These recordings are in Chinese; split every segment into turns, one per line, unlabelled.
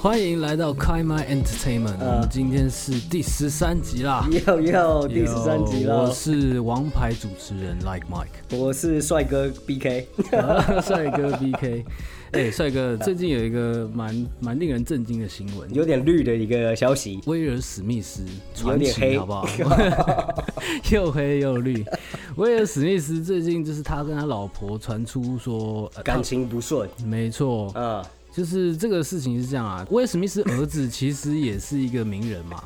欢迎来到开麦 Entertainment，、
呃
我们今天是第十三集 啦，
又又第十三集
我
了，
是王牌主持人 Like Mike，
我是帅哥 BK，
帅哥 BK。哎、帅哥，最近有一个蛮蛮令人震惊的新闻，
嗯有点绿的一个消息，
威尔史密斯
有
传
点
奇
黑
好不 好？又黑又绿。威尔史密斯最近就是他跟他老婆传出说，呃
感情不顺，
他没错，
嗯，
就是这个事情是这样啊。威尔史密斯儿子其实也是一个名人嘛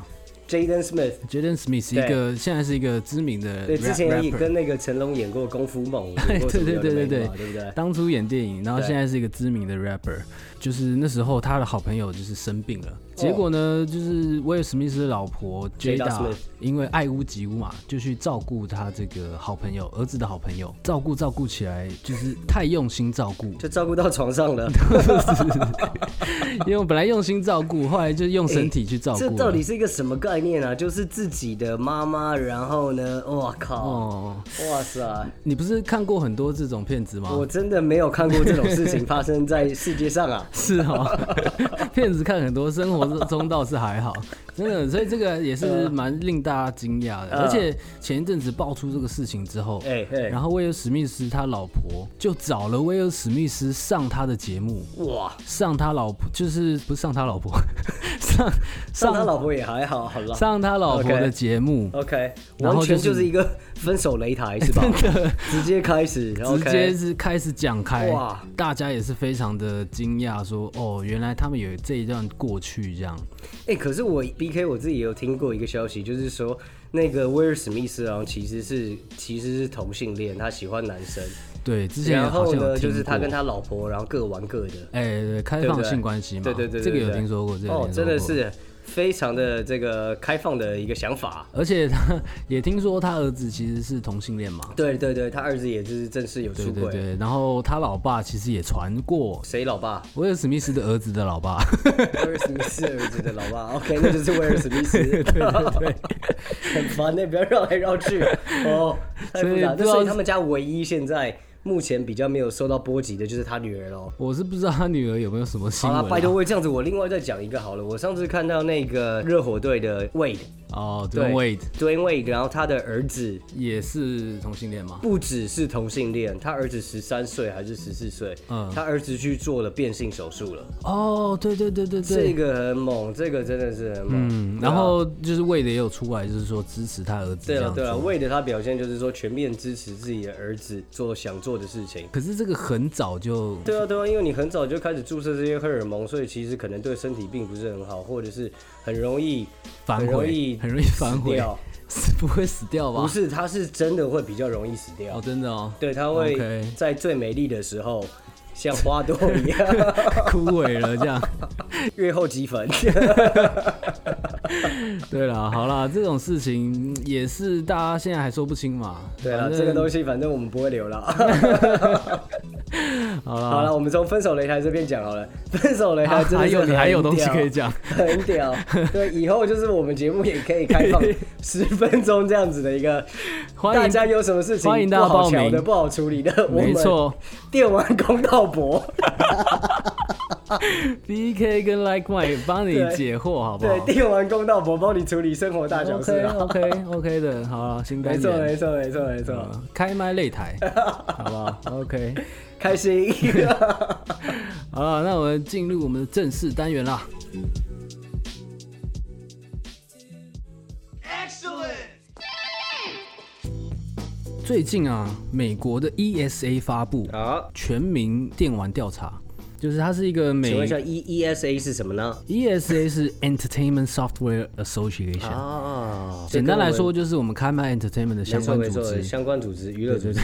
Jaden Smith，
，Jaden Smith 一个现在是一个知名的
对，之
rap-
前也
rapper，
跟那个成龙演过《功夫 梦》
对
演过什么
对
有的
对
没
对
的
对
嘛，对不对？
当初演电影，然后
对
现在是一个知名的 rapper，就是那时候他的好朋友就是生病
哦
了，结果呢，就是威尔史密斯的老婆
Jada
Jada
Smith
因为爱屋及乌嘛，就去照顾他这个好朋友儿子的好朋友，照顾照顾起来就是太用心照 顾，
就照顾到床上了，
因为我本来用心照顾，后来就用身体去 照顾
这
了。
到底是一个什么概念啊？就是自己的妈妈，然后呢，哇靠，
哦，
哇塞，
你不是看过很多这种片子吗？
我真的没有看过这种事情发生在世界上啊！
是哦， 骗子看很多，生活中倒是还好，真的，所以这个也是
嗯
蛮令大家惊讶的。
呃
而且前一阵子爆出这个事情之后，
哎哎
然后威尔史密斯他老婆就找了威尔史密斯上他的节目，
哇，
上他老婆就是不是上他老婆， 上
上他老婆也还好，好了。
上他老婆
OK
的节目。
OK，
然后
完
就
全
是
就是一个 分手擂 台是吧？直接开
直
始，
接
OK
是开始讲开
哇，
大家也是非常的惊讶，说哦，原来他们有这一段过去这样。
哎、可是我 BK 我自己也有听过一个消息，就是说那个威尔史密斯啊，其实是其实是同性恋，他喜欢男生，
对，之前
然
好
后
像有
呢，就
听
是他
过
跟他老婆，然后各玩各的，
哎、对，开
对不
放
对
性关系嘛，
对对对对
这个有
对
听说过，这个有
哦
听，说
真的
过。
是非常的这个开放的一个想法。
而且他也听说他儿子其实是同性恋嘛，
对对对，他儿子也就是正式有
对
出
对
轨，
对，然后他老爸其实也传过
谁老爸？
威尔史密斯的儿子的老爸，
威尔史密斯儿子的老爸，OK，那就是威尔史密斯。对
对
很烦的，不要绕来绕去哦，太
所
复杂。
以不知
那
道
所
是
以他们家唯一现在目前比较没有受到波及的就是他女儿喽。
我是不知道他女儿有没有什么新
好
闻、
啦，
啊。
拜托为这样子，我另外再讲一个好了。我上次看到那个热火队的 Wade，
哦，对
对
，Wade
，Dwayne Wade，然后他的儿子
也是同性恋吗？
不只是同性恋，他儿子十三岁还是十四岁，
嗯
他儿子去做了变性手术了，
哦，对对对对
这
对。
个很猛，这个真的是很猛。
嗯，然后就是 Wade 也有出来，就是说支持他儿子
对
这
了
样
对了，啊
做。
为了他表现就是说全面支持自己的儿子做想做的事情。
可是这个很早就
对啊，对啊，因为你很早就开始注射这些荷尔蒙，所以其实可能对身体并不是很好，或者是很容易
反
很容
悔，
易
很容易反
死
悔
掉，
是 不会死掉吧？
不是，它是真的会比较容易死掉。
哦，真的哦。
对，它会
OK
在最美丽的时候，像花朵一 样
枯萎了这样。
月后积粉。
对了，好啦，这种事情嗯也是大家现在还说不清嘛。
对啊，
反正
这个东西反正我们不会留了。
好
好
啦，
了，我们从分手擂台这边讲好了。分手擂台真的
还
是
有
很
你还有东西
屌
可以 讲。
很屌。对，以后就是我们节目也可以开 放十分钟这样子的一个，
欢迎
大家有什么事情
欢迎大家
不好
报名
瞧的、不好处理的，我
没
们
错
电玩公 道博，
，B K 跟 Like Mike 帮你
对
解惑，好不好
对，电玩公道博帮你处理生活大小事
？OK OK
啊。
OK 的，好啦，新
没
单
错，
元
没错，没错，没错，
呃开麦擂台，好不好？OK，
开 心。
好了，那我们进入我们的正式单元啦。最近啊，美国的 ESA 发布
好，
全民电玩调查，就是它是一个
请问
美
一下，E E S A 是什么呢？
ESA 是 Entertainment Software Association，、
啊，
简单来说就是我们开麦 Entertainment 的
没
相
错，
关
没
组
错，
织，
相关组织、娱乐组织。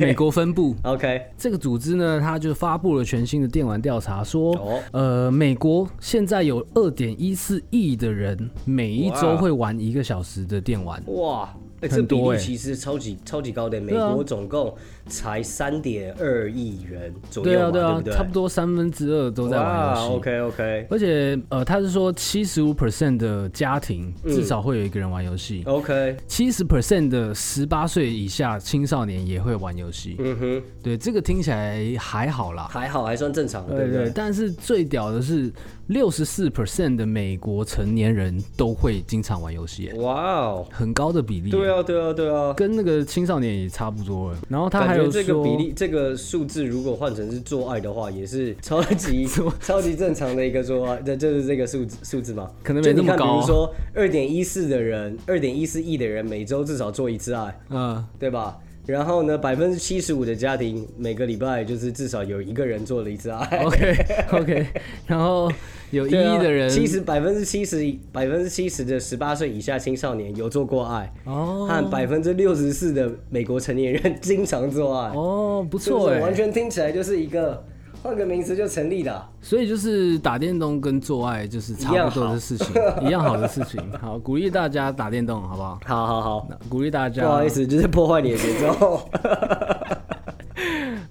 美国分部。
OK，
这个组织呢，它就发布了全新的电玩调查，说，
哦
呃，美国现在有二点一四亿的人每一周
哇
会玩一个小时的电玩，
哇，欸、这
很
比
多
例
欸
其实超级超级高的，美
啊
国总共才三点二亿人左
对
右
啊，
嘛，
对啊，
不对？
差不多三分之二都在玩游戏。
OK OK
而且，呃，他是说七十五 percent 的家庭至少会有一个人玩游戏，
嗯 OK，
七十 percent 的十八岁以下青少年也会玩游戏。
嗯哼，
对，这个听起来还好啦。
还好还算正常，对不
对
对？
但是最屌的是，六十四 percent 的美国成年人都会经常玩游戏耶，
哇哦，
很高的比例。
对，啊，对啊，对啊，
跟那个青少年也差不多了。然后他还
感觉
有
这个
说
比例，这个数字如果换成是做爱的话，也是超 级 超级正常的一个做爱，这就是这个数字数字嘛。
可能没
就
那
你
么
看
高啊
比如说二点一四的人，二点一四亿的人每周至少做一次爱，
呃，
对吧？然后呢，百分之七十五的家庭每个礼拜就是至少有一个人做了一次爱。
OK OK，然 后哦有一
对
亿
啊
的人，
七十百分之七十百分之七十的十八岁以下青少年有做过爱，
哦
和百分之六十四的美国成年人经常做爱，
哦，不
是不
错哎，
是完全听起来就是一个换个名词就成立的啊、
所以就是打电动跟做爱就是差不多的事情，一样好的事情。好，鼓励大家打电动，好不好？
好好好，
那鼓励大家。
不好意，思，就是破坏你的节 奏。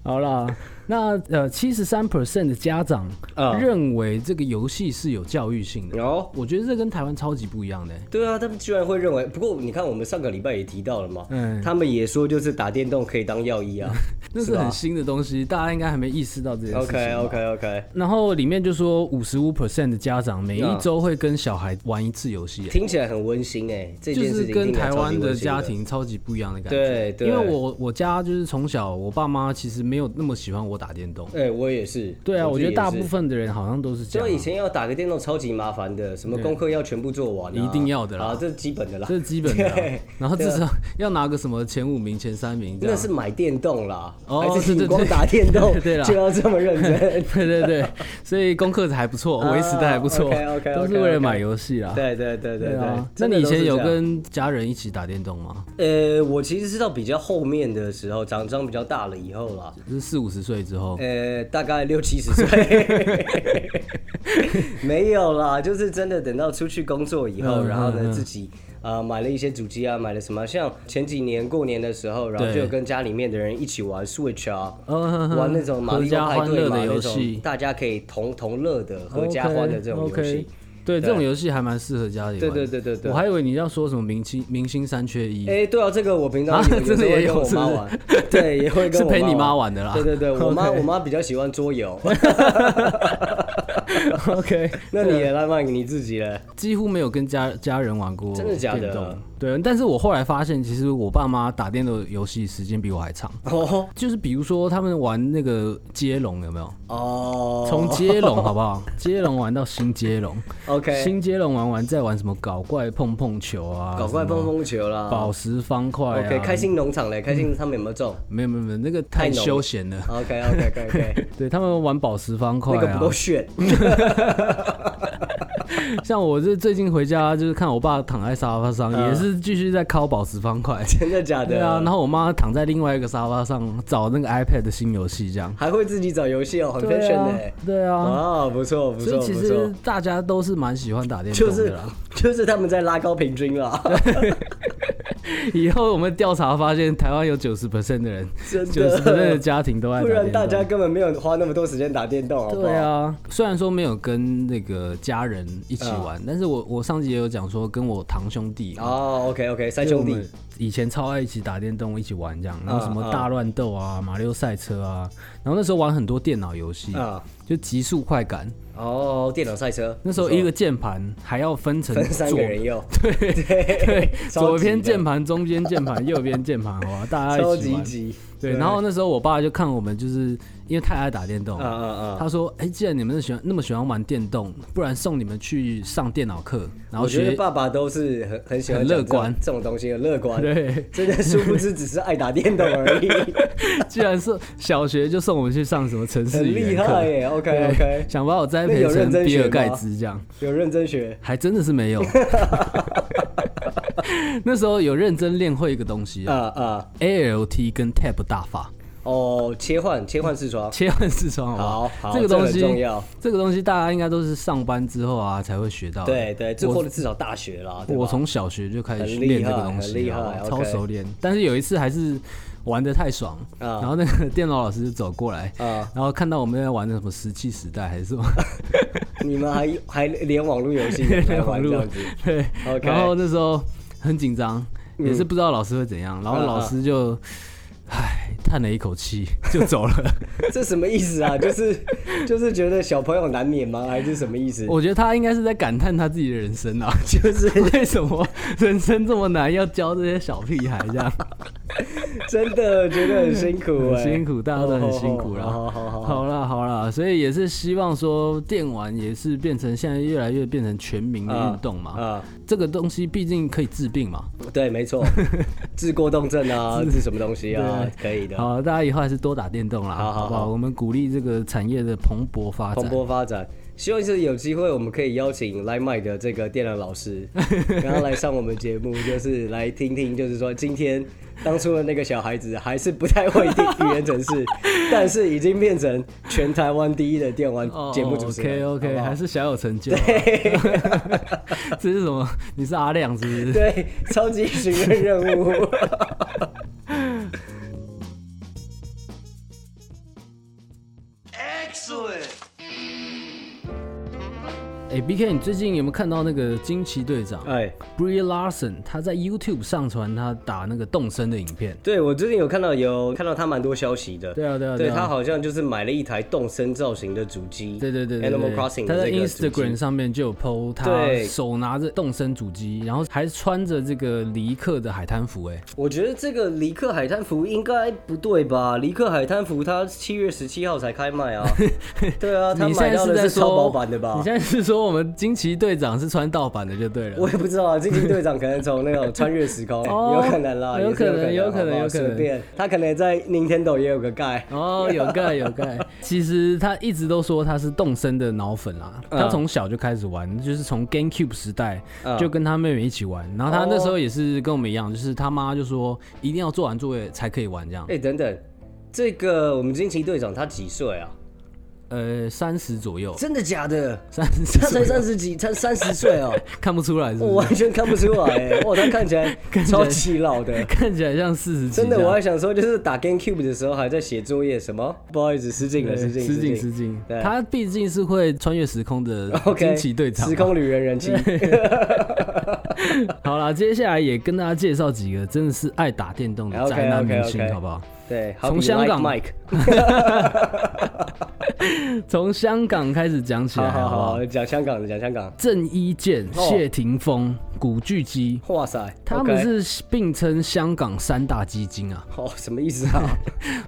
好啦，那呃，七十三 percent 的家长
嗯
认为这个游戏是有教育性的，
然后
我觉得这跟台湾超级不一样的欸。
对啊，他们居然会认为，不过你看我们上个礼拜也提到了嘛，
嗯
他们也说就是打电动可以当药医 啊。
那是很新的东西，大家应该还没意识到这件事情。
OK OK OK，
然后里面就说五十五 percent 的家长每
嗯
一周会跟小孩玩一次游戏，
听起来很温馨哎、这
就
件
是
事情
跟
听起来
台
超级
湾的
温馨
家庭超级不一样的感觉。
对对
因为我我家就是从小我爸妈其实没有那么喜欢我打电动。
哎、我也是。
对啊，我
自
觉得
己
大
也是
部分的人好像都是这
就以
样啊，
前要打个电动超级麻烦的，什么功课要全部做完、啊，
一定要的啦
啊，这是基本的啦
这。是基本的啊
对。
然后至少要拿个什么前五名、前三名这
那
样。
是买电动啦，
哦
还是
对
你
对
光
对
打电动
对啦
就要这么 认真？
对对对，所以功课还不错，维持的还不错，
啊 OK，OK，OK，OK
都是为了买游戏啦。
对对对对对。
啊，那
真的
你以
都是
前有
这样
跟家人一起打电动吗？
呃，我其实是到比较后面的时候，长长比较大了以后啦，
就是四五十岁之后，
呃，大概六七十岁， 没有啦，就是真的等到出去工作以后，
嗯
然后呢
嗯嗯
自己啊、呃买了一些主机啊，买了什么，像前几年过年的时候，然后
对
就有跟家里面的人一起玩 Switch 啊。
嗯
玩那种马
合
里奥
家
派
欢
对
乐
嘛，
的
那
游
种
戏，
大家可以同同乐的、合家欢的这种游
OK，OK
戏。啊
对，这种游戏还蛮适合家里玩的。
对对对对对
我还以为你要说什么明星明星三缺一，
哎，对啊，这个我平常
啊
有 有
真
时
的
候
也
会跟
有
我妈玩
是，
对，也会 跟
是
我
陪你妈
玩。
玩的啦。
对 对对，我妈我妈比较喜欢桌游，
OK，
那你也来问你自己了。
几乎没有跟家家人玩过
真的假的
电动对，但是我后来发现，其实我爸妈打电动游戏时间比我还长。
哦
就是比如说他们玩那个接龙有没有？
哦，
从接龙好不 好？接龙玩到新接龙，
OK，
新接龙玩完再玩什么搞怪碰碰球啊，
搞怪
什么
碰碰球啦。
宝石方块啊
OK，开心农场嘞，开心他们有没有中
没有没有没有，那个太
浓了
休闲了。
？OK OK OK OK，
对他们玩宝石方块
那个不
啊
够，炫。
像我这最近回家就是看我爸躺在沙发上，
嗯
也是继续在敲宝石方块。
真的假
对
的？
啊，然后我妈躺在另外一个沙发上找那个 iPad 的新游戏，这样。
还会自己找游戏哦，很 f
对
a
啊
嘞。，
对啊，
哇，不错不
所
错
以其
不
实
错，
大家都是蛮喜欢打电
就
动的
是
啦。
就是他们在拉高平均 啦，
以后我们调查发现，台湾有九十 percent 的人，
真
九十 percent 的
的。
家庭都爱打
不
电动。
然大家根本没有花那么多时间打电动，好不好？
对啊，虽然说没有跟那个家人一起
啊
玩，但是我我上集也有讲说，跟我堂兄弟
哦，OK OK，三
就
兄
我
弟
们以前超爱一起打电动，一起玩这样，然后什么大乱斗啊、马六赛车啊，然后那时候玩很多电脑游戏，
啊，
就极速快感。
哦，电脑赛车，
那时候一个键盘还要分成
分三
左
个人用，
对
超
左
级
边
的
键盘、中间键盘、 右边键盘，好吧，大家
超
一起
级
玩。
急，
对，然后那时候我爸就看我们就是因为太爱打电动
啊
了，
啊啊，
他说：“哎、既然你们喜欢那么喜欢玩电动，不然送你们去上电脑课，然后
我觉
学
得爸爸都是很很喜欢
很
讲
乐观
这种这种东西，很乐观。
对。
真的殊不知只是爱打电动 而已，
既然是小学就送我们去上什么城市
很
语
厉
言课，
害耶。OK
对
OK，
想把我栽
那
培
有认
成
真
比
学
尔盖
吗
茨这样，
有认真学
还真的是没有。 那时候有认真练会一个东西
啊啊！
，ALT 跟 Tab 大法，
哦，切换切换视窗，
切换视窗好不
好好，
这个东
很
西
重要。
这个东西大家应该都是上班之后啊才会学到的。
对对，最后至少大学啦，对吧
我从小学就开始
很厉
练这
害
个东西，
很厉害
好不好
OK
超熟练。但是有一次还是玩的太爽，
啊
然后那个电脑老师就走过来，
啊，
然后看到我们在玩的什么石器时代还是 什么，
你们还还连网络游 戏也在玩这样子
对，
，OK，嗯
然后那
啊
时候很紧张，也是不知道老师会怎样，然后老师就，唉，叹了一口气 就走 了。
这什么意思啊？就是 就是觉得小朋友难免吗？还是什么意思？
我觉得他应该是在感叹他自己的人生啊，
就是
为什么人生这么难，要教这些小屁孩这样，
真的觉得很辛苦、
很
欸，哦
辛苦，大家都很辛苦啦。
好好好好，
好啦好啦，所以也是希望说电玩也是变成现在越来越变成全民的运动嘛。
啊、
这个东西毕竟可以治病嘛。
对，没错，治过动症啊，治什么东西啊，可以的，
好，大家以后还是多打电动啦，
好好
好不好？
好
我们鼓励这个产业的蓬勃发
蓬
展。
勃发展。希望是有机会，我们可以邀请来麦的这个电脑老师，然后来上我们节目，就是来听听，就是说今天当初的那个小孩子还是不太会听语言程式，但是已经变成全台湾第一的电玩节目主持
OK
人。好
OK，
不好
还是小有成就啊。这是什么？你是阿亮是不是？
对，超级寻人任务。
哎，BK，你最近有没有看到那个惊奇队长
哎，
Brie Larson？他在 YouTube 上传他打那个动森的影片。
对我最近有看到有看到他蛮多消息的。
对啊对啊
对
啊
他好像就是买了一台动身造型的主机，
对对对对对
Animal Crossing
他
的
在
这个主
Instagram
机
上面就有 PO 他
对
手拿着动身主机，然后还穿着这个离克的海滩服、哎，
我觉得这个离克海滩服应该不对吧？离克海滩服它七月十七号才开卖 啊，对啊，他
你现
买
在
到
是
的
在
是
说
超薄版的吧
你？现在是说我们惊奇队长是穿盗版的就对了。
我也不知道啊，惊奇队长可能从那种穿 越时空，
哦
有可能啦，
有
也是
可能有
有
可能
好不好
有可能
随便，他可能在 Nintendo 也有个盖，
哦，有 盖有盖。其实他一直都说他是动森的脑粉啦，
嗯
他从小就开始玩，就是从 GameCube 时代
嗯
就跟他妹妹一起玩。然后他那时候也是跟我们一样，就是他妈就说一定要做完作业才可以玩这样
哎、。等等，这个我们惊奇队长他几岁啊？
呃，三十左右，
真的假的？
三
他才
十，
三十几，才三十 岁哦，
看不出来是
我
不是？
完全看不出来 欸。哇，他看起来
看起来
超级老的。
看起来像四十几这
真
样。
的，我还想说，就是打 GameCube 的时候还在写作业，什么？不好意思，失敬了，
对
失敬，
失敬失敬，
对
他毕竟是会穿越时空的
OK，
惊奇队长嘛。啊
时空旅人人气，
好啦，接下来也跟大家介绍几个真的是爱打电动的
OK，
宅男明星
OK，OK
好不好？
对，好
从
比
香港
Like Mike，
从香港开始讲起
好
来，
好
好不好？
好，讲香港的，讲香港，
郑伊健、
哦
谢霆锋、古巨基，
哇塞，
他们是并称香港三大基金啊，
哦什么意思 啊？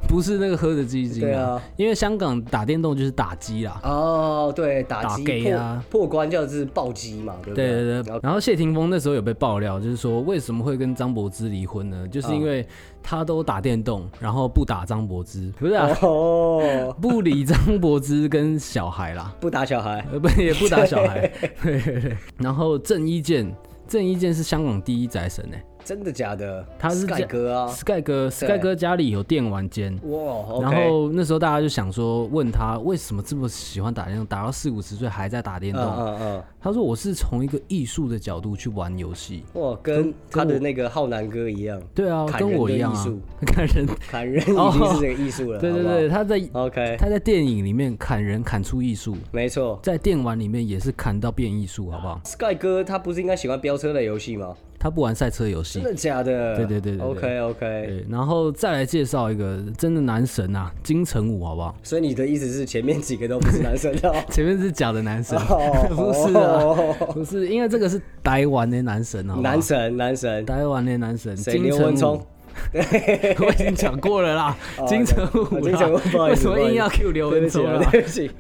不是那个喝的基金
对
啊
啊，
因为香港打电动就是打机啦。
哦，对，打
打
击
gay 啊
破破关就是暴击嘛，对不啊
对
对
对对，然后谢霆锋那时候有被爆料，就是说为什么会跟张柏芝离婚呢？就是因
嗯
为他都打电动，然后不打张柏芝，不是啊，
哦，
不理张柏芝跟小孩啦，
不打小孩，
呃不也不打小孩，对对对。然后郑伊健，郑伊健是香港第一宅神哎、
真的假的？
他是
改革啊，
Sky 哥，Sky
对
哥家里有电玩间。
哇，
然后那时候大家就想说，问他为什么这么喜欢打电动，打到四五十岁还在打电
嗯
动。
嗯嗯。
他说我是从一个艺术的角度去玩游戏。
哇，跟他的那个浩南哥一样，
对啊，
砍
跟
人
我
的
一样
艺
啊
术，
砍人。
砍人已
哦
经是这个艺术 了，
对对
好不好
对，他在
OK，
他在电影里面砍人砍出艺术，
没错。
在电玩里面也是砍到变艺术，好不好？
Sky 哥他不是应该喜欢飙车类游戏吗？
他不玩赛车游戏
真。的假的？
对对对对对
OK OK，
对，然后再来介绍一个真的男神啊，金城武，好不好？
所以你的意思是前面几个都不是男生哦？
前面是假的男神， 不
哦
是啊，
哦
不是，因为这个是台湾的男神，好不好
男神男神，
台湾的男神
谁？
金
刘
城
文聪
武。， 我已经讲过了啦，金城武啦，
哦金城武不好 意
为
思
什么硬要 Q 刘文聪
对
啊
不起？对不起，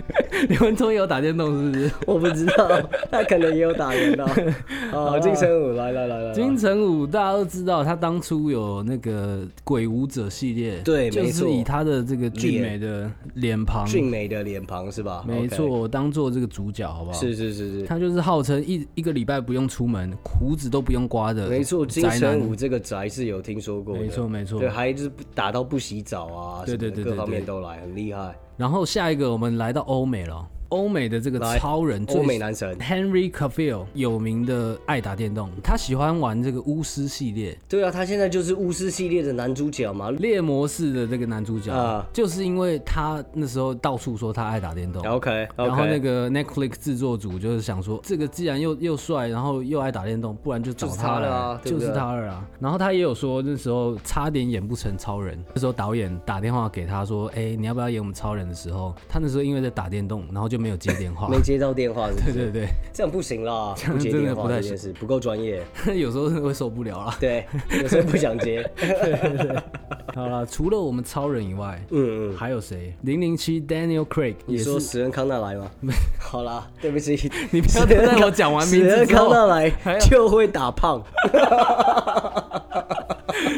刘文聪有打电动是不是？
我不知道，他可能也有打人哦。 哦，金城武，来来来来，
啊金城武大家都知道，他当初有那个鬼舞者系列，
对
就
没
是
错
以他的这个俊美的脸庞，
俊美的脸庞是吧？
没错，当做这个主角，好不
OK，
好？
是是是是。
啊他就是号称一一个礼拜不用出门，胡子都不用刮的，
没错，金
宅男
城武这个宅是有听说过的，
没错没错
对，还就是打到不洗澡啊，
对对
什么的
对对
各方
对
面都来，很厉害。
然后下一个我们来到欧美了，欧美的这个
来
超人，
欧美
最
男神。
Henry Cavill 有名的爱打电动，他喜欢玩这个巫师系列。
对啊，他现在就是巫师系列的男主角嘛。
猎魔士的这个男主角
啊
就是因为他那时候到处说他爱打电动，
OK，
然后那个 Netflix 制作组就是想说，这个既然又又帅，然后又爱打电动，不然就找
就是
他
他了啊
来
对不
就
对
是他了啊。然后他也有说，那时候差点演不成超人。那时候导演打电话给他说，哎，你要不要演我们超人的时候，他那时候因为在打电动，然后就没有接电话
没。接到电话是不
对
是，
对对，
这样不行啦，
样
不接
真的
电话
不太
这件事不够专业。
有时候真的会受不了啊啦。
对，有时候不 想接。
好了，除了我们超人以外，
嗯嗯，
还有谁？零零七 Daniel Craig
你
也
说
是，
史恩康纳莱吗？好啦，对不起，
你不要等
啊
待我讲完名
史
字
恩
之
康纳
后，
莱
还有
就会打胖，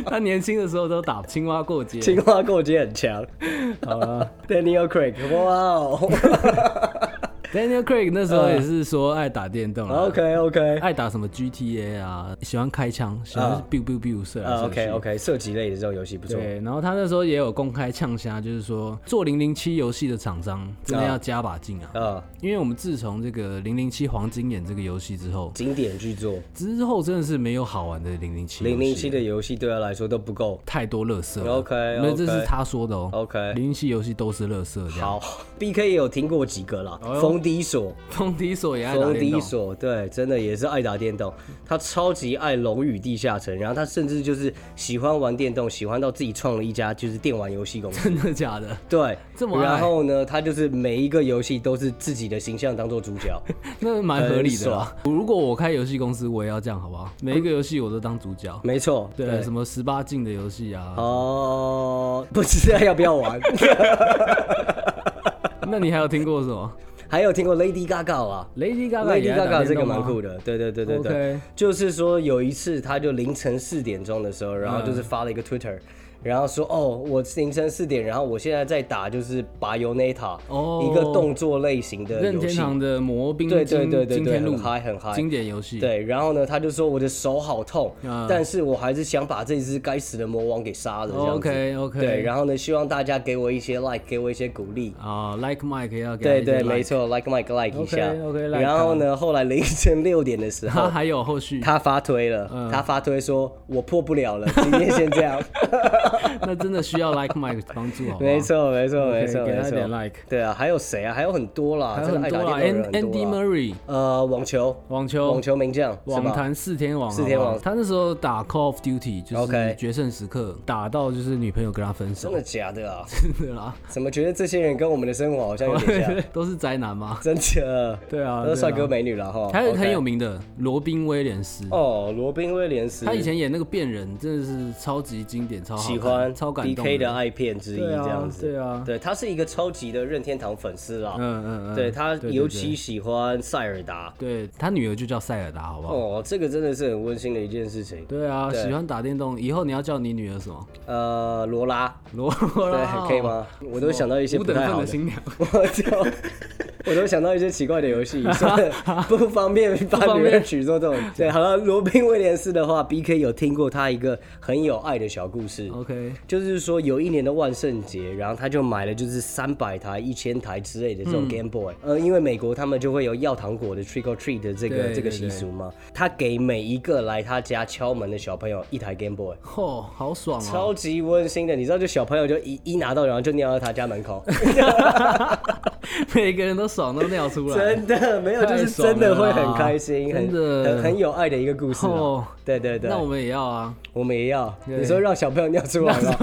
他年轻的时候都打青蛙过街。
青蛙过街很强。好了，Daniel Craig，哇哦
Daniel Craig 那时候也是说爱打电动啦
，OK OK
爱打什么 GTA 啊，喜欢开枪，喜欢
啊
biu biu biu 射来
啊
射去。
OK OK，射击类的这种游戏不错。
对，然后他那时候也有公开呛虾，就是说做零零七游戏的厂商真的
啊
要加把劲啊，
啊，
因为我们自从这个零零七黄金眼这个游戏之后，
经典巨作，
之后真的是没有好玩的零零七，
零零七的游戏对他来说都不够。
太多乐色。
OK，OK
没有，这是他说的哦。
OK，
零零七游戏都是乐色，这样。
好，BK 也有听过几个啦，
哎呦
风笛锁。
风笛锁也爱打
冯
电
迪
动。
索对，真的也是爱打电动，他超级爱《龙与地下城》，然后他甚至就是喜欢玩电动，喜欢到自己创了一家就是电玩游戏公 司。
真的假的？
对，
这么爱
然后呢，他就是每一个游戏都是自己的形象当做主角。
那蛮合理
很
的啦。如果我开游戏公司，我也要这样，好不好？每一个游戏我都当主角。
没错，
对，什么十八禁的游戏啊？
哦， 不知道要不要玩。
那你还有听过什么
还有听过 Lady Gaga 啊
Lady Gaga
？Lady
也爱打
Gaga
电
这个
动
蛮
吗
酷的，对对对对
啊
对。
OK
就是说有一次，他就凌晨四点钟的时候，然后
嗯
就是发了一个 Twitter，、然后说哦，我凌晨四点，然后我现在在打就是拔 u n e t a
哦
一个动作类型的
任
游
天
戏。
堂的魔兵
对
金
对对对
金
对
天
很
路
嗨很嗨
经典游戏。，
对，然后呢，他就说我的手好痛，
嗯
但是我还是想把这只该死的魔王给杀了。这样子
哦 OK，OK
对，然后呢，希望大家给我一些 like，给我一些鼓励。
啊，Like Mike 也要给他
对
一些
对，
like
没。错，like Mike like 一下。
OK，OK，like
然后呢，后来凌晨六点的时候
他，还有后续，
他发推了，
嗯
他发推说：“我破不了了，今天先 这样。
那真的需要 Like Mike 帮助，好”不好？
没，错，没错，
OK，
没错，
给他
没错
点 like
对啊，还有谁啊？还有很多啦，
还有
真的
很
爱
多
打
啦
电动的
，An-
人很多
，Andy
啦
Murray
呃，网球，
网
网
球。
球名将，是吧
网坛四天王，
四天王
好不好他那时候打 Call of Duty 就是
OK
决胜时刻，打到就是女朋友跟他分
真
手，
的假的啊？
真的啦，
怎么觉得这些人跟我们的生活好像有 点像？
都是宅男吗？
真的，
对啊
都是帅
对
哥
啊
美女了哈。
还有
哦 OK
很有名的罗宾威廉斯，
哦，罗宾威廉斯，
他以前演那个变人，真的是超级经典，超好看
喜欢
超感动
DK 的爱片之一，
对啊
这样子。
对啊
对他是一个超级的任天堂粉丝啦。
嗯嗯嗯，
对他
对
尤其喜欢塞尔达。
对他女儿就叫塞尔达，好不好？
哦，这个真的是很温馨的一件事情。
对啊，
对
喜欢打电动，以后你要叫你女儿什么？
呃，罗拉，
罗
对，可以？吗？我都想到一些
五
不
等
太
份
好
的新娘，
我 就我都想到一些奇怪的游戏，算了，不方便把
方
女
便
儿取做这种。对，好了，罗宾威廉斯的话，BK 有听过他一个很有爱的小故事。
OK，
就是说，有一年的万圣节，然后他就买了就是三百台、一千台之类的这种
嗯
Game Boy。呃，因为美国他们就会有要糖果的 trick or treat 的这个
对
这个
对
习
对
俗嘛。他给每一个来他家敲门的小朋友一台 Game Boy，
吼，好爽哦！
超级温馨的。你知道，就小朋友就一一拿到，然后就尿到他家门口，
每个人都爽都尿出来，
真的没有，就
太
是
爽
真的会
了啦
很开心，很
真的
很很有爱的一个故事啦。
哦
对对对，
那我们也要啊！
我们也要。
对
你说让小朋友尿出 来吗？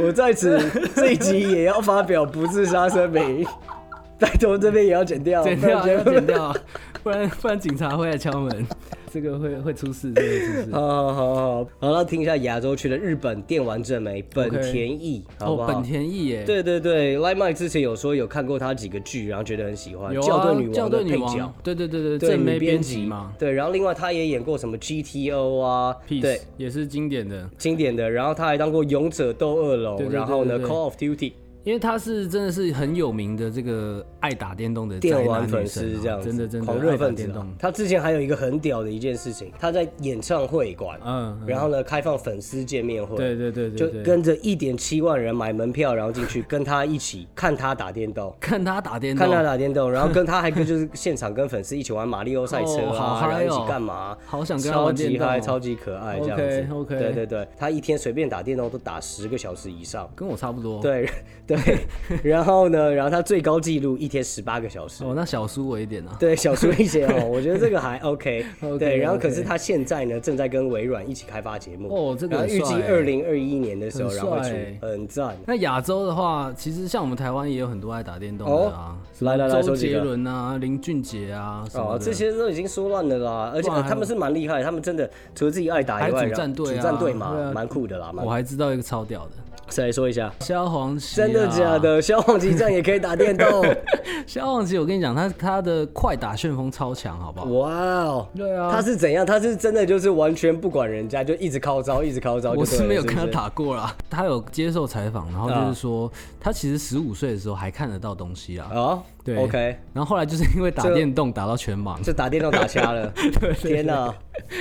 我 在此这一集也要发表不自杀声明， 拜托这边也要剪掉，
剪掉啊
不然
要
就
剪掉啊， 不然不然警察会来敲门，这个会会出事，这个会出事。
好好好好，好了，听一下亚洲区的日本电玩正媒本
OK
田翼 好不
哦，本
好？
田翼耶，
对对对 l i m e 之前有说有看过他几个剧，然后觉得很喜欢
有
《
啊，
校对女
校
王》的
对女
配角
王，，对对对对，
对
正
女
妹
编
编
辑
辑嘛，
对，然后另外他也演过什么 GTO 啊，对
Peace，也是经典的。
经典的，然后他还当过《勇者斗恶龙》
对对对
然后呢《
对对
Call of Duty》
因为他是真的是很有名的这个爱打电动的宅
电玩
男
粉
女神
丝
啊
这样子，
真的真的
狂
爱
热
打
分子
电
啊
动。，
他之前还有一个很屌的一件事情，他在演唱会馆，
嗯，嗯
然后呢开放粉丝见面会，
对对对
就
对对，
跟着一点七万人买门票，然后 进去跟他一起看他打电动。
看他打电
看
动，
他打电动，然 后跟他还跟就是现场跟粉丝一起玩马里奥赛车
哦好
啊，
嗨
然后一
哦
起干嘛啊、
好想跟他
超
玩电
级
动
嗨，
哦，
超级可爱这样子。
OK，OK
对对对，他一天随便打电动都打十个小时以上。
跟我差不多。，
对 对，然后呢，然后他最高纪录一天十八个小时。
哦，那小输我一点啊。
对，小说一些哦，我觉得这个还 OK。
OK，
对，然后可
OK
是他现在呢，正在跟微软一起开发节目
哦这个
然后
很
预计
帅欸
二零二一年的时候，
很
然后会出
帅欸，
很赞。
那亚洲的话，其实像我们台湾也有很多爱打电动的啊，什么
哦来来来
周
说几
杰
个
伦啊、林俊杰啊什么
哦，
的，
这些都已经说烂了啦，而且呃
哇
他们是蛮厉害，他们真的除了自己爱打
还
以外，
组
然后
战队啊
组战队嘛
对啊，
蛮酷的啦。蛮
我还知道一个超屌的，
再来说一下，
萧煌奇、啊
真的假？的？消防局战也可以打 电动，
萧煌奇，我跟你讲，他他的快打旋风超强，好不好？
哇哦！
对啊
他是怎样？他是真的就是完全不管人家，就一直靠招，一直靠招。
我是没有跟他
他。
打过啦，他有接受采访，然后
啊
就是说，他其实十五岁的时候还看得到东西啦，
哦，
对
，OK，
然后后来就是因为打电动打到全盲，
就打电动打 瞎了。天哪，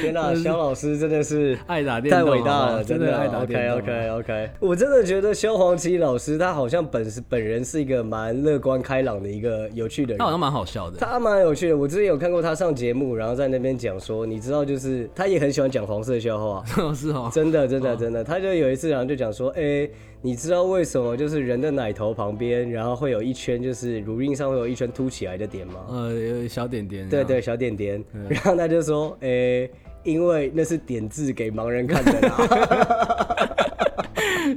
天哪，肖老师真的是。
爱打电
太
动，
伟大
好不好
了，
真
真哦
爱打电
OK
动啊。
OK OK，我真的觉得萧煌奇老师他好像本是本人是一个蛮乐观开朗的一个有趣的
他好
人，
像蛮好笑的，
他蛮有趣的。我之前有看过他上节目，然后在那边讲说，你知道就是他也很喜欢讲黄色笑话，
是哦，
真的，真的，真的，他就有一次，然后就讲说，哎、你知道为什么就是人的奶头旁边，然后会有一圈，就是乳晕上会有一圈凸起来的点吗？
呃，有小点点，
对对，小点点。然后他就说，哎、因为那是点痣给盲人看的 啦。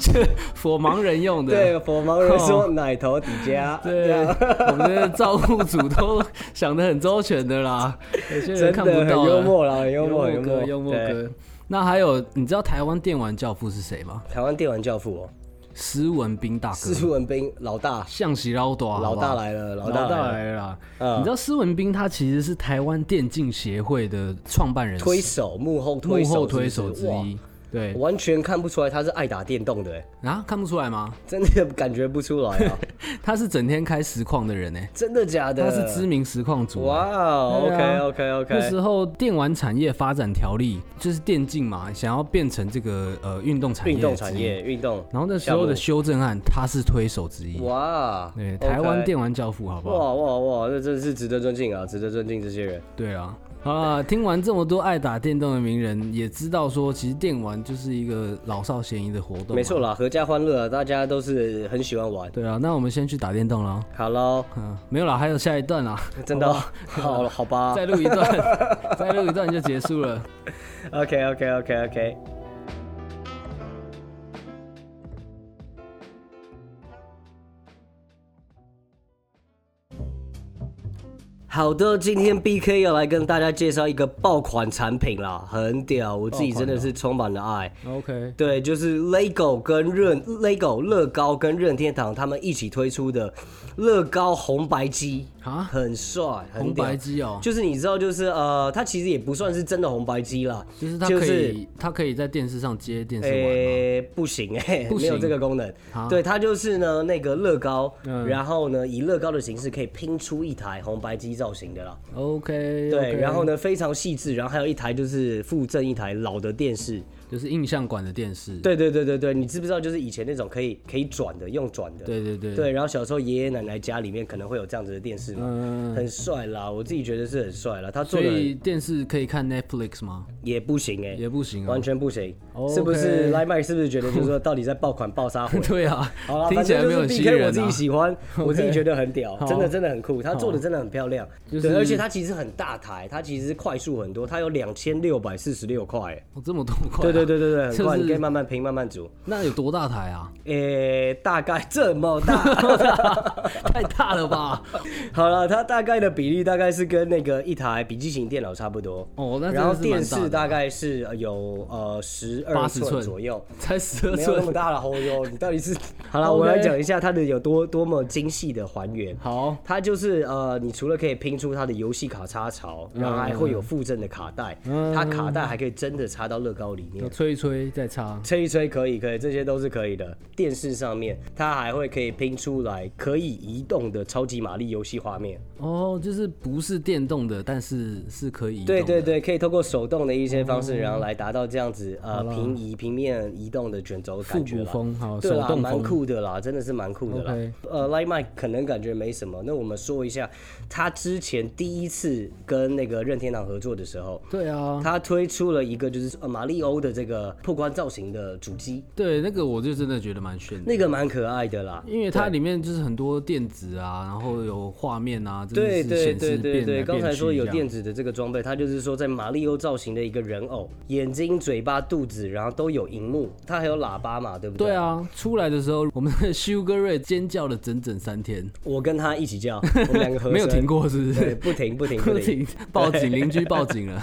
是 for 盲人用的。
对，佛盲人说奶头底加。
哦对，我们的照顾组都想得很周全的啦，有些人
真
看
的
不
很
到啊
幽默啦，很
幽
幽默，很
哥，幽
幽
默
默。对，
哥。那还有，你知道台湾电玩教父是谁吗？
台湾电玩教父哦，
施文斌大哥，
四文兵老大，
象棋老大，好
老
不好
大来了，
老
大
大
了，
来了啦。
嗯
你知道施文斌他其实是台湾电竞协会的创办人，
推手，幕后推
幕
手，
后推手
是
之
不是。
一。对
哇完全看不出来他是爱打电动的，哎
啊，看不出来吗？
真的感觉不出来啊！
他是整天开实况的人呢，
真的假的？
他是知名实况主。
哇哦
对啊
，OK OK
那
OK，
时候电玩产业发展条例就是电竞嘛，想要变成这个呃运动产业。
运动产。业运动，
然后那时候的
项
修正案，他是推手之一
目。哇，
对，
OK
台湾电玩教父，好不好？
哇哇哇，那真是值得尊敬啊，值得尊敬这些人。
对啊。好啦，听完这么多爱打电动的名人，也知道说，其实电玩就是一个老少咸宜的活动。
没错。啦，合家欢乐啊，大家都是很喜欢玩。
对啊，那我们先去打电动了。
好喽，
嗯，没有啦，还有下一段啦，
真的哦
啊
好了，好吧
再录一段， 再录一段就结束了。
，OK OK OK OK。好的，今天 BK 要来跟大家介绍一个爆款产品啦，很屌，
啊
我自己真的是充满了爱。
OK，
对，就是 LEGO 跟任 LEGO 乐高跟任天堂他们一起推出的乐高红白机
啊
很帅，很
红
屌
白。机哦，
就是你知道，就是呃，它其实也不算是真的红白机啦，
就是它可以，它可以在电视上接电视玩吗？
诶、呃不行 诶、
不
没有
行
这个功能
啊。
对，它就是呢那个乐高，
嗯
然后呢以乐高的形式可以拼出一台红白机造型的啦。
OK，
对然后呢非常细致，然后还有一台就是附赠一台老的电
嗯
视。
就是印象馆的电视，
对对对对对，你知不知道就是以前那种可以可以转的，用转的。
对对对
对，然后小时候爷爷奶奶家里面可能会有这样子的电视嘛，
嗯，
很帅啦，我自己觉得是很帅啦。他做
所以
的
电视可以看 Netflix 吗？
也不行哎、
也不行啊
完，全不行，
OK？
是不是？来麦是不是觉得就是说到底在爆款爆杀会
对啊
好 啦，，
听
反
起来
正
没
就
有
是
很吸
BK，
引
我
人
自己
啊。
喜 欢，我自己觉得很屌，
好
真的真的很酷，他做的真的很漂亮，
就是
对，而且它其实很大台，它其实快速很多，它有两千六百四十六块，哎
哦，这么多块，
对对，对对对，很
就
快，
是
你可以慢慢拼，慢慢煮，
那有多大台啊？
诶，大概这么大，
太大了 吧？
好了，它大概的比例大概是跟那个一台笔记型电脑差不多。
哦那真的
然后
是蛮
电
大
视
的
大概是呃有呃十二
80寸
左右，
才十二
没有那
寸
么。大了，哦哟，你到 底是好了，我
OK
来讲一下它的有多多么精细的还原。
好，
它就是呃，你除了可以拼出它的游戏卡插槽，然后还会有附赠的卡带，它卡带还可以真的插到乐高里面。
吹一吹再插。
吹一吹可以，可以，这些都是可以的。电视上面它还会可以拼出来可以移动的超级玛丽游戏画面。
哦，就是不是电动的，但是是可以移动
对
的。哦
对对，可以透过手动的一些方式，然后来达到这样子呃平移平面移动的卷轴感
复古
觉啦
风好
对
手
啦，
动风
蛮酷的啦，真的是蛮酷的啦
OK。
呃，Light Mike 可能感觉没什么，那我们说一下他之前第一次跟那个任天堂合作的时候。
对啊，
他推出了一个就是呃马里欧的这个破关造型的主机，
对那个我就真的觉得蛮炫的，
那个蛮可爱的啦。
因为它里面就是很多电子啊，然后有画面啊，真的
对
是
对
显
对
示
对
变来
对，刚才
变去
说有
这样
电子啊的这个装备，它就是说在马里奥造型的一个人偶，眼睛、嘴巴、肚子，然后都有荧幕，它还有喇叭嘛，对不对？
对啊，出来的时候，我们的 Sugar Ray 尖叫了整整三 天，
我跟他一起叫，我们两 个合
没有
声
停，过，是不
对，
是？
不停不停
不
不停，
停，报警，邻居报警了。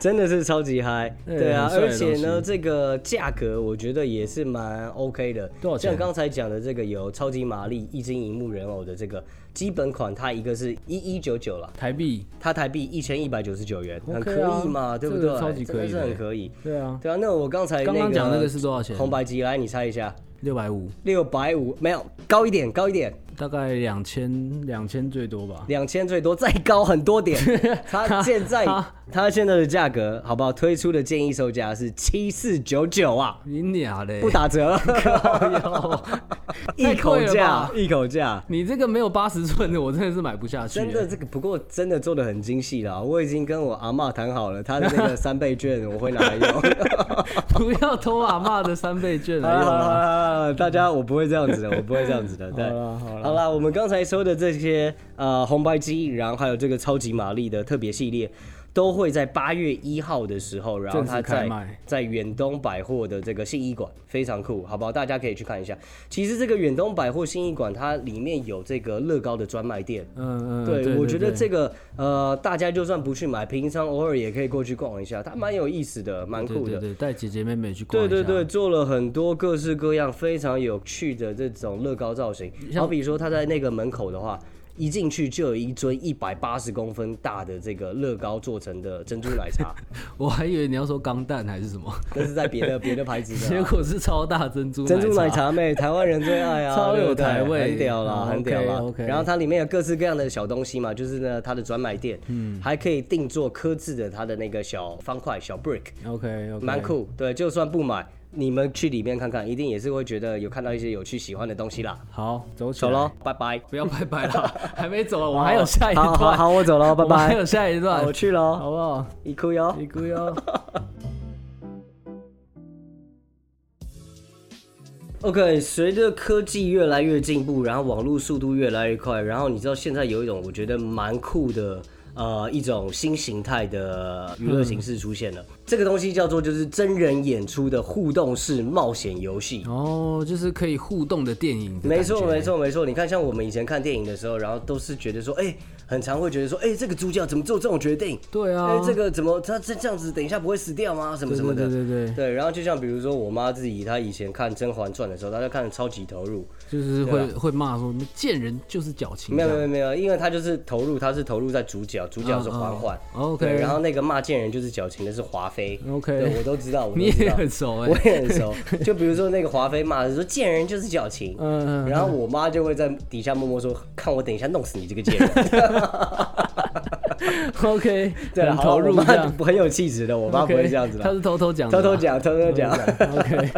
真的是超级嗨。
对
对啊，
很帅
而
的
且
东
呢，这个价格我觉得也是蛮 OK 的
多少，钱啊
像刚才讲的这个有超级玛丽一金荧幕人偶的这个基本款，它一个是一一九九了。
台币，
它台币一千一百九十九元，很
OK
可
啊
以嘛，对不
这
对
个？超级
真的
可以
是
的
很可以。
对啊，
对啊，那我刚才
刚刚讲那个是多少钱
红白机，来你猜一下，
六百五，
六百五没有，高一点，高一点，
大概两千，两千最多吧。
两千最多，再高很多 点。它现在它现在的价格，好不好？推出的建议售价是七四九九啊，
你俩嘞
不！打折，
哟
一口
太贵了吧
价，一口价。
你这个没有八十寸的，我真的是买不下去。
真的，这个不过真的做的很精细啦，我已经跟我阿嬷谈好了，她的那个三倍券我会拿来用。
不要偷阿嬷的三倍券
好
来
了
用
好了好
啊！
了好了，大家我不会这样子的，我不会这样子 的。对，
好了好了
好了，我们刚才说的这些呃红白机，然后还有这个超级玛丽的特别系列。都会在八月一号的时候，然后
正式
它
开
在
卖
在远东百货的这个信义馆非常酷，好不好？大家可以去看一下。其实这个远东百货信义馆，它里面有这个乐高的专卖店，
嗯嗯，
对，我觉得
对
这个呃，大家就算不去买，平常偶尔也可以过去逛一下，它蛮有意思的，蛮
对
酷
对
的。
对，带姐姐妹妹去逛
对
一下
对对，，做了很多各式各样非常有趣的这种乐高造型，好比说他在那个门口的话。一进去就有一尊一百八十公分大的这个乐高做成的珍珠 奶茶，
我还以为你要说钢蛋还是 什么，
那是在别的别的牌子的
结
啊、
果是超大珍珠
珍珠 奶茶妹，台湾人最爱啊，
超有
对不对
台味
很屌啦，
嗯
很屌啦。
OK，OK
然后它里面有各式各样的小东西嘛，就是呢它的专卖店，嗯，还可以定做刻字的它的那个小方块小 brick，
OK OK，
蛮酷。对，就算不买，你们去里面看看，一定也是会觉得有看到一些有趣喜欢的东西啦。
好，走起
走
来
喽，，拜拜。
不要拜拜 了，还没走，啊我还有下一段。
好好好，我走喽，拜
我还
拜。
有下一段
我，去喽，
好不好？
一哭哟。
你姑哟，
OK，随着科技越来越进步，然后网络速度越来越快，然后你知道现在有一种我觉得蛮酷的。呃，一种新形态的娱乐形式出现了，这个东西叫做就是真人演出的互动式冒险游戏。
哦，就是可以互动的电影的
没错，
感觉
没。错，没错。你看，像我们以前看电影的时候，然后都是觉得说，哎、很常会觉得说，哎、这个主角怎么做这种决定？
对啊
哎、这个怎么他这这样子，等一下不会死掉吗？什么
对
什么的。
对对对对
对，然后就像比如说我妈自己，她以前看《甄嬛传》的时候，她就看的超级投入。
就是会会骂说见人就是矫情
啊没
这样，
有没有没有，因为她就是投入，她是投入在主角，主角是嬛嬛。
嗯嗯 OK
对然后那个骂贱人就是矫情的是华妃。
OK
对我都知道，我都
你
知
也
道
很熟哎
我也很熟。就比如说那个华妃骂的说贱人就是矫情，
嗯嗯嗯
然后我妈就会在底下默默说，看我等一下弄死你这个贱人。
，OK，
对了，
很
好
投
我
入
妈
这样，
很有气质的，我妈不会
OK，
这样子
他
的，
是偷偷讲的啊
偷
吧，
偷讲，偷偷讲。
嗯，OK，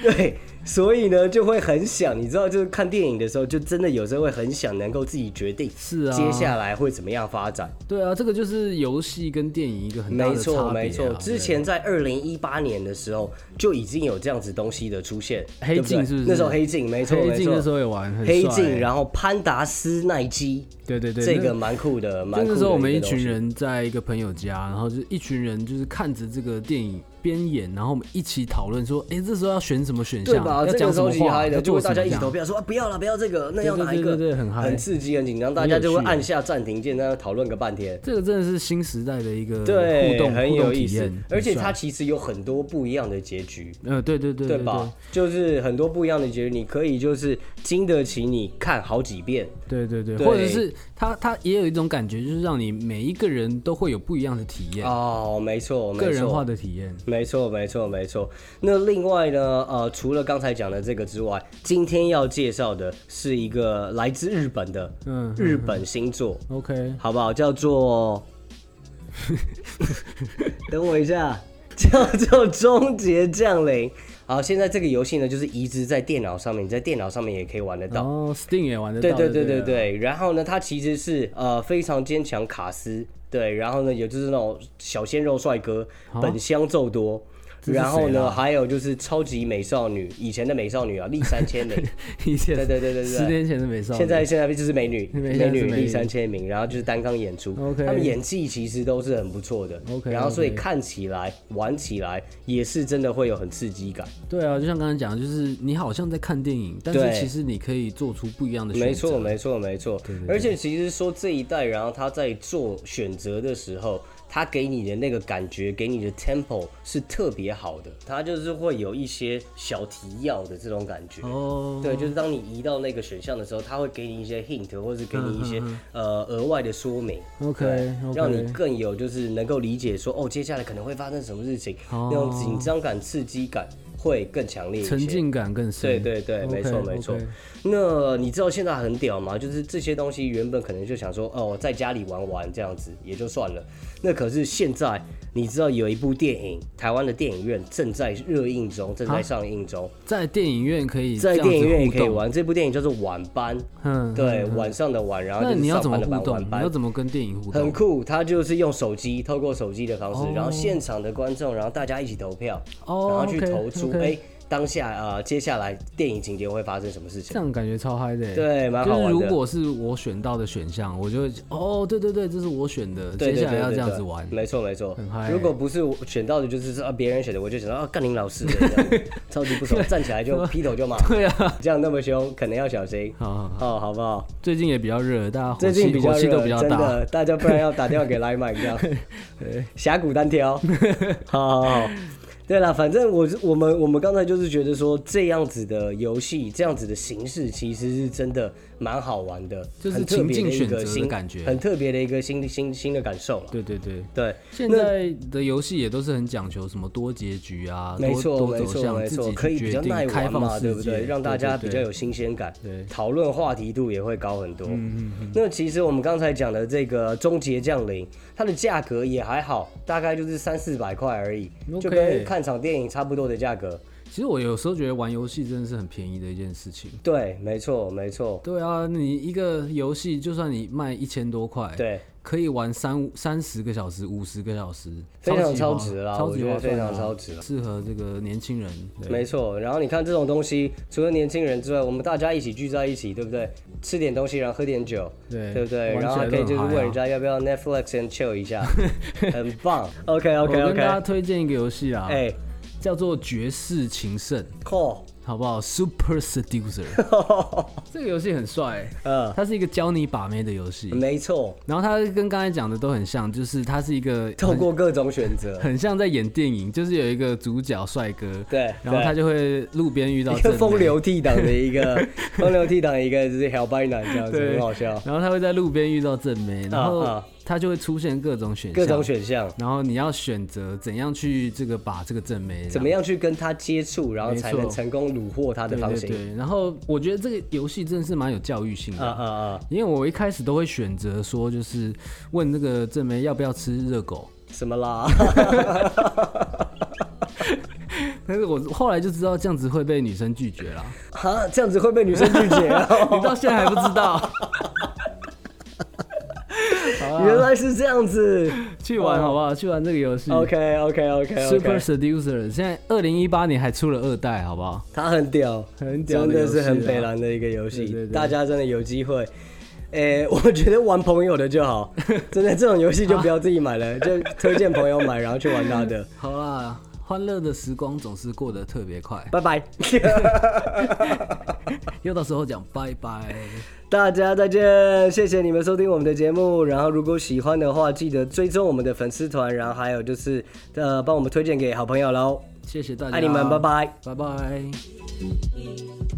对，所以呢就会很想，你知道，就是看电影的时候，就真的有时候会很想能够自己决定，
是啊
接下来会怎么样发展。
对啊，这个就是游戏跟电影一个很大
没
的差别啊
错，没错。之前在二零一八年的时候，就已经有这样子东西的出现，
黑镜
对不对
是不是
那时候黑镜，没
对
错，
黑
没
镜
错
那时候也玩，很
黑
帅
镜，
欸
然后潘达斯奈基，
对对对，
这
那
个蛮酷的，蛮
就
酷
那
的。
时候我们一群，人在一个朋友家，然后就是一群人就是看着这个电影《边演，然后我们一起讨论说，哎、这时候要选什么选
对
项，
吧？
要
这
讲
个
什
超
么
级
话，
嗨
要
的，就会
做什
大家
么
一起投
样。
票说啊，不要了，不要这个，那要哪一
对对对
个？
对对很嗨
刺激，很紧张，大家就会按下暂停键，在那讨论个半天。
这个真的是新时代的一个
对，
互动
很
互动
有
体
意思
验，，
而且
很帅
它其实有很多不一样的结局。
呃，对对对
对
对
吧？就是很多不一样的结局，你可以就是经得起你看好几遍，
对对对，
对
或者是他他也有一种感觉，就是让你每一个人都会有不一样的体验，
哦，没错，没错
个人化的体验。
没错，没错，没错。那另外呢，呃，除了刚才讲的这个之外，今天要介绍的是一个来自日本的，
嗯
日本星座，
，OK，
好不好？叫做， 等我一下，叫做《终结降临》。好，现在这个游戏呢，就是移植在电脑上面，你在电脑上面也可以玩得到
然。后 Sting 也玩得
对
到，
对
对
对对
了，
对，然后呢，他其实是呃非常坚强卡斯，对，然后呢，也就是那种小鲜肉帅哥
啊
本乡奏多，
这是
然后
谁
呢，
啊
还有就是超级美少女，以前的美少女啊，立山千美，
以前
对对对对对
十年前的美少女，
现在现在就是美女，
美
美
现在
女
是美女
立山千明，然后就是单纲演出
OK
他们演技其实都是很不错的
OK，
然后所以
OK
看起来玩起来也是真的会有很刺激感，
对啊，就像刚才讲的，就是你好像在看电影，但
对
是其实你可以做出不一样的选择。
没错，没错，没错。而且其实说这一代，然后他在做选择的时候，他给你的那个感觉，给你的 tempo 是特别好的，他就是会有一些小提要的这种感觉。
哦，
对，就是当你移到那个选项的时候，他会给你一些 hint，或是给你一
嗯
些、呃额外的说明
OK，
对
OK
让你更有就是能够理解说哦，接下来可能会发生什么事情，
哦
那种紧张感、刺激感会更强烈一些。
沉浸感更
对
深。
对对，没错
OK，OK
没错。那你知道现在很屌吗？就是这些东西原本可能就想说，哦，在家里玩玩这样子也就算了。那可是现在，你知道有一部电影，台湾的电影院正在热映中，正在上映中，
在电影院可以
在
啊这样子
电影院也可以
互动，
玩。这部电影叫做《晚班》，
嗯，
对，
嗯。
晚上的晚，然后
那
就是
你要
上
怎么
班的
互
班，
动？
晚
你
班
要。怎么跟电影互
很
动？
酷，他就是用手机，透过手机的方式，
哦
然后现场的观众，然后大家一起投票，然
哦
后去投出，哎、
，OK，OK
当下呃，接下来电影情节会发生什么事情
这？样感觉超嗨的耶。欸
对，蛮好
就是
玩的。
如果是我选到的选项，我就会哦，对对对，这是我选的，
对
接下来要这样
对
子
对
玩。
没错没错
很嗨。
如果不是我选到的，就是啊别人选的，我就想到啊干林老师的，这样 超级不爽，站起来就劈头就骂，
对啊，
这样那么凶，可能要 小心。
好好好，
哦，好不好？
最近也比较热，大家火
最近
气
比较
火气都
热，
比较
真
大。
的，大家不然要打电话给来 买这样，峡谷单挑。好好好，对啦，反正我是我们我们刚才就是觉得说这样子的游戏，这样子的形式其实是真的蛮好玩的，
就是
很特别
情境
的一
选择
个
的
新
感觉
很特别的一个新新新的感受了。
对对对，
对，
现在的游戏也都是很讲求什么多结局啊，
没
多
错，
多
没
走
错，
向
没
自
错，
己
可以
去
比
决
较
定
耐
开
玩嘛，
放
对
世
不
界，
对？让大家比
对
较有新鲜感
对，嗯
讨论话题度也会高很多。那其实我们刚才讲的这个《终结降临》，它的价格也还好，大概就是三四百块而已，
OK
就跟看场电影差不多的价格。
其实我有时候觉得玩游戏真的是很便宜的一件事情。
对，没错，没错，
对啊，你一个游戏就算你卖一千多块，，
对，
可以玩三三十个小时、五十个小时，
非常
级
超
划
值啦
超
我
级
觉得
划算
非常
啊
超值啦
适合这个年轻人。对
没错。然后你看这种东西，除了年轻人之外，我们大家一起聚在一起，对不对？吃点东西，然后喝点酒，
对
对不对？
玩起来
然后还可以就是问人
啊
家要不要 Netflix and chill 一 下，很棒。OK
我
OK
跟大家
OK，
推荐一个游戏啊，
哎
叫做《绝世情圣》，
，call，
好不好？Super Seducer，这个游戏很帅、
嗯，
它是一个教你把妹的游戏。
没错，
然后它跟刚才讲的都很像，就是它是一 个
透过各种选择，
很像在演电影，就是有一个主角帅哥，
对
然后他
对
就会路边遇到
一个
正妹
风，流倜傥的一 个风流倜傥的一个就是小白男这样子，
对
很好笑，
然后他会在路边遇到正妹，然后
啊
他就会出现各种选项，
各种，选项。
然后你要选择怎样去这个把这个正妹，
怎么样去跟他接触，然后才
没错
能成功虏获他的
对
芳
对
心？
对，然后我觉得这个游戏真的是蛮有教育性的
啊。啊啊！
因为我一开始都会选择说，就是问那个正妹要不要吃热狗，
什么啦？
但是我后来就知道这样子会被女生拒绝啦。
哈，这样子会被女生拒绝 啊？
你到现在还不知道，
原来是这样子。
去
哦
玩好不好？去玩这个游戏。
OK OK OK
啊 Super
OK，
Seducer 现在二零一八年还出了二代，好不好？
他很屌，
很屌的
真的是很
游戏啊
北蓝的一个游
对
戏
对，对
大家真的有机会。诶、 我觉得玩朋友的就 好， 真的这种游戏就不要自己买了，就推荐朋友买，然后去玩他的。
好啦，欢乐的时光总是过得特别快，
拜 拜，
又到时候讲拜拜。
大家再见，谢谢你们收听我们的节目。然后如果喜欢的话，记得追踪我们的粉丝团，然后还有就是呃，帮我们推荐给好朋友喽。
谢谢大家，
爱你们，拜拜。
拜拜。
Thank you.